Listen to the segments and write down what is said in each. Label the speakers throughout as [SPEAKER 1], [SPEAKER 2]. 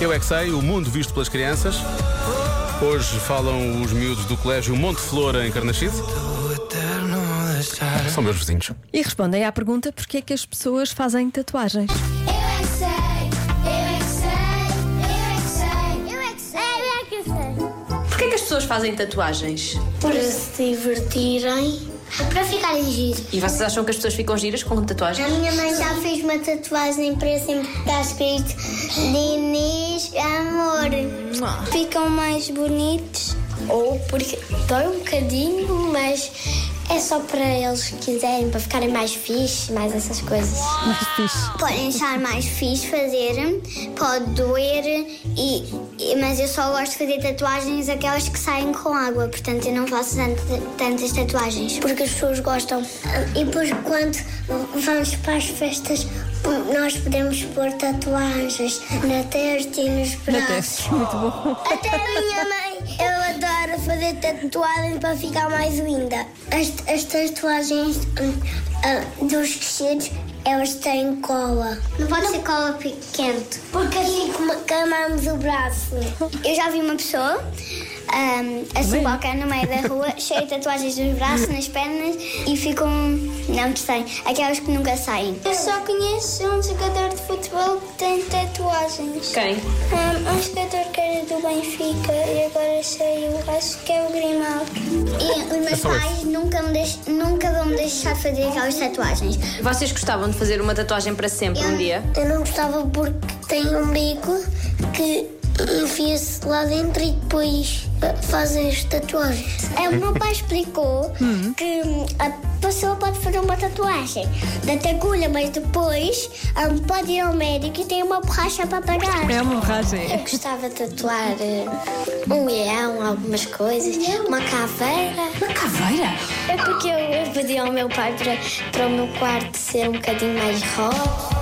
[SPEAKER 1] Eu é que sei, o mundo visto pelas crianças. Hoje falam os miúdos do Colégio Monte Flor em Carnaxide. É. São meus vizinhos.
[SPEAKER 2] E respondem à pergunta porque é que as pessoas fazem tatuagens.
[SPEAKER 3] Eu é que sei, eu é que sei, eu é que sei, eu é que sei, eu é que sei, eu é que sei.
[SPEAKER 4] Porquê que as pessoas fazem tatuagens?
[SPEAKER 3] Para se divertirem. Para ficarem giros.
[SPEAKER 4] E vocês acham que as pessoas ficam giras com tatuagens?
[SPEAKER 3] A minha mãe já fez uma tatuagem para sempre que está escrito Dinis Amor. Ficam mais bonitos. Ou porque dói um bocadinho, mas é só para eles que quiserem, para ficarem mais fixe, mais essas coisas.
[SPEAKER 2] Mais fixe.
[SPEAKER 3] Podem achar mais fixe fazer, pode doer, e, e- mas eu só gosto de fazer tatuagens aquelas que saem com água, portanto eu não faço tant- tantas tatuagens. Porque as pessoas gostam. E depois quando vamos para as festas, nós podemos pôr tatuagens na testa e nos
[SPEAKER 2] Na testa. Muito bom.
[SPEAKER 3] até É a minha mãe, eu adoro fazer tatuagens para ficar mais linda. As, as tatuagens hum, ah, dos crescidos, elas têm cola. Não pode ser cola quente, porque assim queimamos o braço. Eu já vi uma pessoa. hum, a sua boca no meio da rua, cheia de tatuagens nos braços, nas pernas e ficam. Não sei, aquelas que nunca saem. Eu só conheço um jogador de futebol que tem tatuagens.
[SPEAKER 4] Quem?
[SPEAKER 3] Um, um jogador que era do Benfica e agora saiu, acho que é o Grimaldo. E os meus
[SPEAKER 1] só
[SPEAKER 3] pais nunca, me deix, nunca vão me deixar fazer aquelas tatuagens.
[SPEAKER 4] Vocês gostavam de fazer uma tatuagem para sempre um dia?
[SPEAKER 3] Eu não gostava porque tem um bico que enfia-se lá dentro e depois fazem as tatuagens. É, o meu pai explicou que hum, a pessoa pode fazer uma tatuagem da agulha, mas depois hum, pode ir ao médico e tem uma borracha para pagar.
[SPEAKER 2] É uma borragem.
[SPEAKER 3] Eu gostava de tatuar eh, um leão, algumas coisas, uma caveira.
[SPEAKER 4] Uma caveira?
[SPEAKER 3] É porque eu, eu pedi ao meu pai para, para o meu quarto ser um bocadinho mais rock.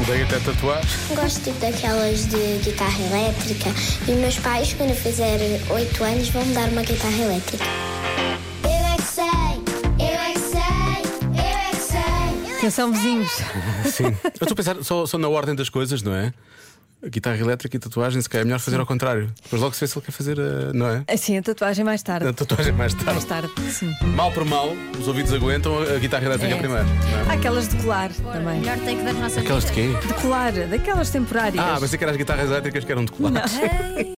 [SPEAKER 1] Mudei até tatuar.
[SPEAKER 3] Gosto tipo, daquelas de guitarra elétrica e meus pais, quando eu fizer 8 anos, vão me dar uma guitarra elétrica. Eu é que sei, eu é que sei, eu é que sei.
[SPEAKER 2] Atenção, vizinhos.
[SPEAKER 1] Sim. Eu estou a pensar só, só na ordem das coisas, não é? A guitarra elétrica e tatuagem, se calhar é melhor fazer ao contrário. Depois logo se vê se ele quer fazer, a- não é?
[SPEAKER 2] Assim, a tatuagem mais
[SPEAKER 1] A
[SPEAKER 2] tarde.
[SPEAKER 1] tatuagem mais
[SPEAKER 2] Mais
[SPEAKER 1] tarde.
[SPEAKER 2] tarde, sim.
[SPEAKER 1] Mal por mal, os ouvidos aguentam a guitarra elétrica
[SPEAKER 2] É.
[SPEAKER 1] primeiro. não é?
[SPEAKER 2] Há aquelas de colar também.
[SPEAKER 4] Melhor take das nossas
[SPEAKER 1] Aquelas de quê?
[SPEAKER 2] De colar, daquelas temporárias.
[SPEAKER 1] é Ah, pensei que eram as guitarras elétricas que eram de colar.